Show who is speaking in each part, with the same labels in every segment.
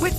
Speaker 1: With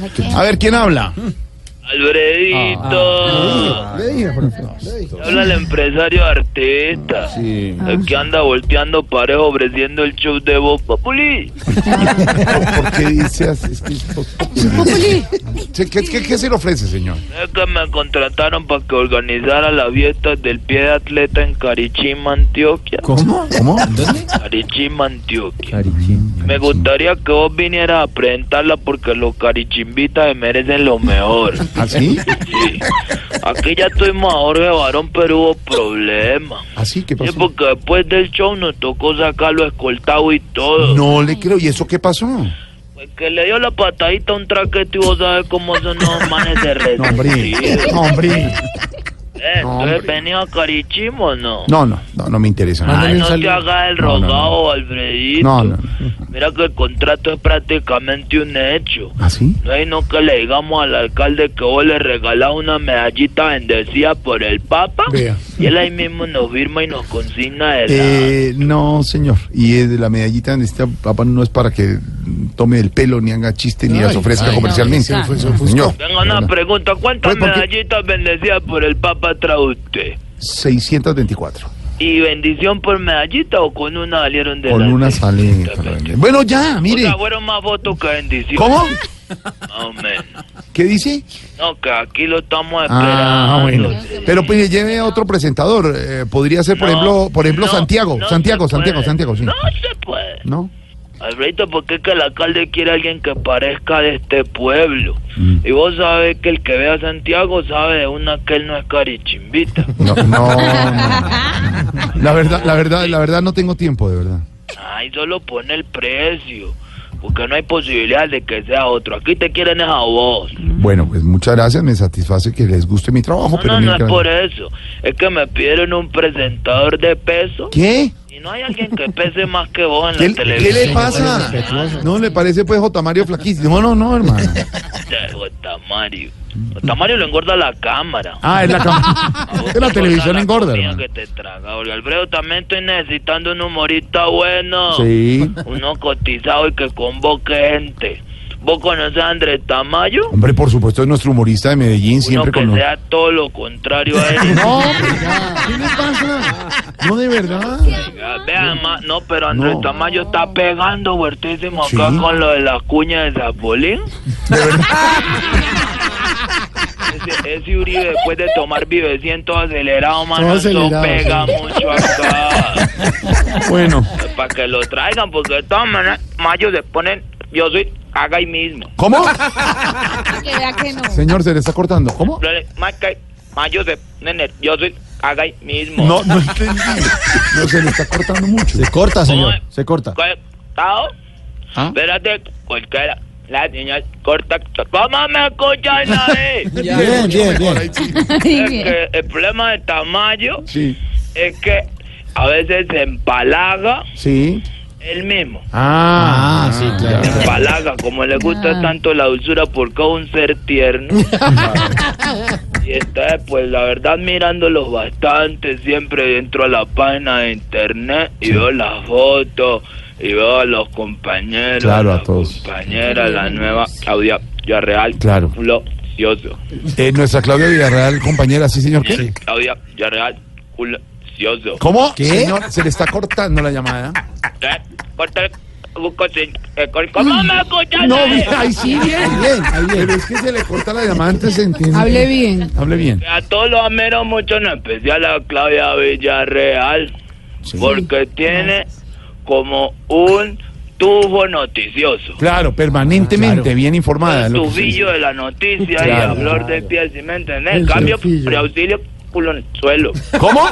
Speaker 2: A ver, ¿quién habla? Ah,
Speaker 3: Alfredito, habla el empresario artista.
Speaker 2: Sí.
Speaker 3: El que anda volteando parejo ofreciendo el show de Voz Populi.
Speaker 2: ¿Por qué dice así? Es que es pos- ¿Qué, qué- qué- qué se le ofrece, señor?
Speaker 3: Es que me contrataron para que organizara la fiesta del pie de atleta en Carichima, Antioquia.
Speaker 2: ¿Cómo? ¿Cómo? ¿Dónde?
Speaker 3: Carichima, Antioquia. Me gustaría que vos vinieras a presentarla porque los carichimbitas se merecen lo mejor.
Speaker 2: ¿Así?
Speaker 3: Sí. Aquí ya estuvimos a Jorge Barón, pero hubo problemas.
Speaker 2: ¿Así? ¿Ah, ¿Qué
Speaker 3: Sí,
Speaker 2: pasó?
Speaker 3: porque después del show nos tocó sacarlo escoltado y todo.
Speaker 2: No le creo. ¿Y eso qué pasó?
Speaker 3: Pues que le dio la patadita a un traquete y vos sabes cómo son los manes de
Speaker 2: No, hombre.
Speaker 3: resistido.
Speaker 2: No, hombre.
Speaker 3: Eh, Entonces venía a Carichimo, ¿no?
Speaker 2: No, no, no, no me interesa. no.
Speaker 3: Ay, no te hagas el
Speaker 2: No, no,
Speaker 3: rogado, Alfredito.
Speaker 2: No, no.
Speaker 3: Mira que el contrato es prácticamente un hecho.
Speaker 2: ¿Así?
Speaker 3: No hay no que le digamos al alcalde que vos le regalás una medallita bendecida por el Papa.
Speaker 2: Vea.
Speaker 3: Y él ahí mismo nos firma y nos consigna de la...
Speaker 2: Eh, no, señor. Y eh, la medallita de este papá no es para que tome el pelo, ni haga chiste, ni las ofrezca comercialmente. señor,
Speaker 3: Tengo una pregunta, ¿cuántas
Speaker 2: Pues, ¿por qué?
Speaker 3: medallitas bendecidas por el Papa trae usted?
Speaker 2: 624.
Speaker 3: ¿Y bendición por medallita o con una salieron de
Speaker 2: Con
Speaker 3: la-
Speaker 2: una sale. Bueno, ya,
Speaker 3: O
Speaker 2: mire.
Speaker 3: sea, fueron más votos que bendición.
Speaker 2: ¿Cómo?
Speaker 3: Más o menos.
Speaker 2: ¿Qué dice?
Speaker 3: No, que aquí lo estamos esperando.
Speaker 2: Ah, bueno.
Speaker 3: sí.
Speaker 2: Pero pues, lleve a otro presentador. eh, podría ser, por
Speaker 3: No,
Speaker 2: ejemplo, por ejemplo
Speaker 3: no,
Speaker 2: Santiago.
Speaker 3: no
Speaker 2: Santiago,
Speaker 3: se
Speaker 2: Santiago,
Speaker 3: puede.
Speaker 2: Santiago, sí.
Speaker 3: No se puede.
Speaker 2: ¿No?
Speaker 3: Alfredito, ¿por qué es que el alcalde quiere a alguien que parezca de este pueblo?
Speaker 2: Mm.
Speaker 3: Y vos sabés que el que ve a Santiago sabe de una que él no es carichimbita.
Speaker 2: No, no, no. La verdad, la verdad, la verdad no tengo tiempo, de verdad.
Speaker 3: Ay, solo pone el precio. Porque no hay posibilidad de que sea otro. Aquí te quieren es a vos.
Speaker 2: Bueno, pues muchas gracias, me satisface que les guste mi trabajo,
Speaker 3: No,
Speaker 2: pero
Speaker 3: no,
Speaker 2: mire
Speaker 3: no es
Speaker 2: que-
Speaker 3: por eso. Es que me pidieron un presentador de peso.
Speaker 2: ¿Qué?
Speaker 3: Y no hay alguien que pese más que vos en
Speaker 2: ¿Qué,
Speaker 3: la
Speaker 2: qué
Speaker 3: televisión.
Speaker 2: le pasa? No, le parece pues J. Mario flaquísimo. No, no, no, hermano.
Speaker 3: Este Otamario. Otamario lo engorda la cámara.
Speaker 2: Ah, es la
Speaker 3: A vos
Speaker 2: cámara.
Speaker 3: te
Speaker 2: la
Speaker 3: engorda
Speaker 2: televisión
Speaker 3: la
Speaker 2: engorda,
Speaker 3: comida
Speaker 2: hermano.
Speaker 3: que te traga. Porque Alfredo también estoy necesitando un humorista bueno.
Speaker 2: Sí.
Speaker 3: Uno cotizado y que convoque gente. ¿Vos conocés a Andrés Tamayo?
Speaker 2: Hombre, por supuesto, es nuestro humorista de Medellín,
Speaker 3: Uno
Speaker 2: siempre
Speaker 3: que
Speaker 2: con los...
Speaker 3: sea todo lo contrario a él.
Speaker 2: No, hombre, ya. ¿Qué le pasa? No, de verdad.
Speaker 3: Ya, Vea, ma- no, pero Andrés
Speaker 2: No.
Speaker 3: Tamayo está pegando fuertísimo acá
Speaker 2: Sí.
Speaker 3: con lo de la cuña de Zapolín. ese, ese Uribe, después de tomar Vivecien todo acelerado, mano,
Speaker 2: Todo
Speaker 3: eso
Speaker 2: acelerado,
Speaker 3: pega mucho acá.
Speaker 2: Bueno.
Speaker 3: Para que lo traigan, porque de todas maneras, Mayo se ponen, yo soy, haga ahí mismo.
Speaker 2: ¿Cómo?
Speaker 4: Que vea que no.
Speaker 2: Señor, se le está cortando. ¿Cómo?
Speaker 3: Pero le- ma- que- Mayo se ponen, ner- yo soy, haga ahí mismo.
Speaker 2: No, no entendí. No, se le está cortando mucho. Se corta,
Speaker 3: señor,
Speaker 2: Se corta.
Speaker 3: cortado.
Speaker 2: ¿Ah?
Speaker 3: Espérate, cualquiera. La niña corta. ¿Cómo me escuchan ahí?
Speaker 2: Bien, bien, bien.
Speaker 3: Es que el problema de Tamayo
Speaker 2: Sí.
Speaker 3: es que a veces se empalaga
Speaker 2: Sí.
Speaker 3: él mismo.
Speaker 2: Ah, sí,
Speaker 3: Se empalaga, como le gusta tanto la dulzura porque es un ser tierno. Y entonces, pues la verdad, mirándolos bastante, siempre entro a la página de internet y veo las fotos y veo a los compañeros,
Speaker 2: Claro,
Speaker 3: las
Speaker 2: a todos.
Speaker 3: compañeras, la nueva Claudia Villarreal,
Speaker 2: Claro.
Speaker 3: culo cioso.
Speaker 2: Eh, nuestra Claudia Villarreal, compañera, sí, señor. ¿Qué?
Speaker 3: Claudia Villarreal, culo cioso.
Speaker 2: ¿Cómo? Señor, se le está cortando la llamada.
Speaker 3: Eh, corta el- busco sin- eh, cor- ¿Cómo me escuchas?
Speaker 2: Mm. No,
Speaker 3: eh?
Speaker 2: mira, ahí sí, bien, bien, ahí bien. Pero es que se le corta la llamada antes, se entiende. Hable bien. Hable bien.
Speaker 3: A todos los ameros mucho, en especial a Claudia Villarreal, porque tiene como un tufo noticioso.
Speaker 2: Claro, permanentemente bien informada.
Speaker 3: El
Speaker 2: lo que se dice.
Speaker 3: tubillo de la noticia
Speaker 2: Claro.
Speaker 3: y a flor de piel, si me entendés. En cambio, preauxilio, culo en el suelo.
Speaker 2: ¿Cómo?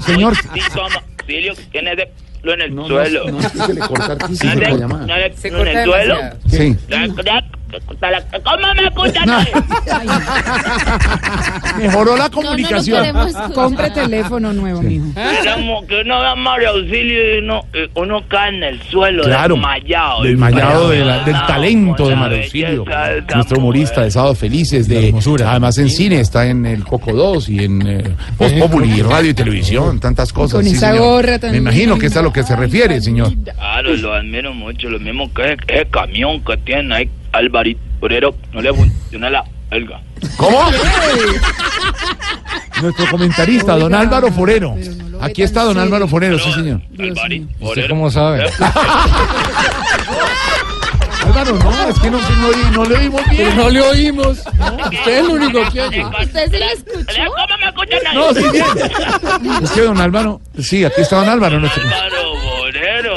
Speaker 2: Señor,
Speaker 3: Sí, toma, auxilio, tiene de culo en el
Speaker 5: No, no,
Speaker 3: suelo.
Speaker 5: no, es que se le corta
Speaker 3: No
Speaker 5: artísimo
Speaker 3: le-
Speaker 5: la
Speaker 3: no
Speaker 5: llamada.
Speaker 3: le
Speaker 6: Se
Speaker 3: culo en
Speaker 6: corta
Speaker 3: el suelo.
Speaker 6: demasiado.
Speaker 5: Sí.
Speaker 3: ¿Cómo me escuchan?
Speaker 2: Mejoró la
Speaker 4: No, no lo
Speaker 2: comunicación.
Speaker 4: queremos escuchar.
Speaker 7: Compre teléfono nuevo, mijo.
Speaker 3: Éramos que uno da Mario Auxilio y uno, eh, uno cae en el suelo,
Speaker 2: Claro,
Speaker 3: desmayado.
Speaker 2: desmayado de la- del
Speaker 3: desmayado,
Speaker 2: talento
Speaker 3: con
Speaker 2: de
Speaker 3: Ah, la
Speaker 2: Mario
Speaker 3: belleza
Speaker 2: Auxilio,
Speaker 3: del
Speaker 2: nuestro
Speaker 3: campo,
Speaker 2: humorista
Speaker 3: eh.
Speaker 2: de Sábado Felices,
Speaker 5: La
Speaker 2: de
Speaker 5: hermosura.
Speaker 2: además en cine, está en el Coco 2 y en eh, Voz Populi, y radio y televisión, tantas cosas.
Speaker 7: Con
Speaker 2: sí,
Speaker 7: esa
Speaker 2: señor.
Speaker 7: gorra tan
Speaker 2: Me imagino
Speaker 7: linda.
Speaker 2: que es a lo que se refiere, señor.
Speaker 3: Claro, lo admiro mucho. Lo mismo que ese, ese camión que tiene ahí, Alvarito Orero, no le funciona la alga.
Speaker 2: ¿Cómo? Nuestro comentarista, don Álvaro Forero. Aquí está don Álvaro Forero, sí, señor.
Speaker 3: Alvarito
Speaker 8: ¿Usted
Speaker 3: Orero.
Speaker 8: cómo sabe?
Speaker 2: Álvaro, no, es que no, no, no le oímos bien.
Speaker 8: Pues No le oímos. Usted es el único que oye.
Speaker 4: ¿Usted sí le escuchó?
Speaker 3: ¿Cómo me escuchan ahí?
Speaker 2: No, sí, bien. Es que don Álvaro, sí, aquí está don Álvaro. nuestro-
Speaker 3: Álvaro Borero.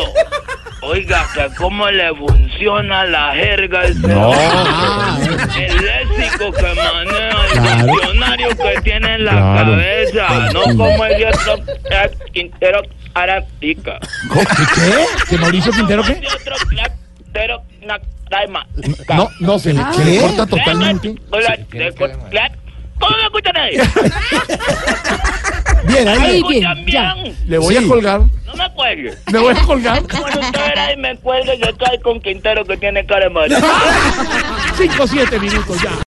Speaker 3: Oiga, que cómo le funciona la jerga ese
Speaker 2: No. Ah,
Speaker 3: El léxico que maneja, el
Speaker 2: Claro.
Speaker 3: diccionario que tiene en la
Speaker 2: Claro.
Speaker 3: cabeza. No como el de otro crack Quintero Aratica.
Speaker 2: ¿Qué? ¿Que Mauricio Quintero qué?
Speaker 3: De otro crack Quintero Nacraima.
Speaker 2: No, no, se le se le corta totalmente.
Speaker 3: Hola, de co- crack. ¿Cómo me escuchan ahí?
Speaker 2: Bien,
Speaker 3: ¿Me
Speaker 2: ahí.
Speaker 3: escuchan bien?
Speaker 2: Le voy a colgar.
Speaker 3: No me cuelgues.
Speaker 2: Le voy a colgar.
Speaker 3: Cuando usted verá y me cuelgue, yo cae con Quintero que tiene cara de marido.
Speaker 2: Cinco, siete minutos ya.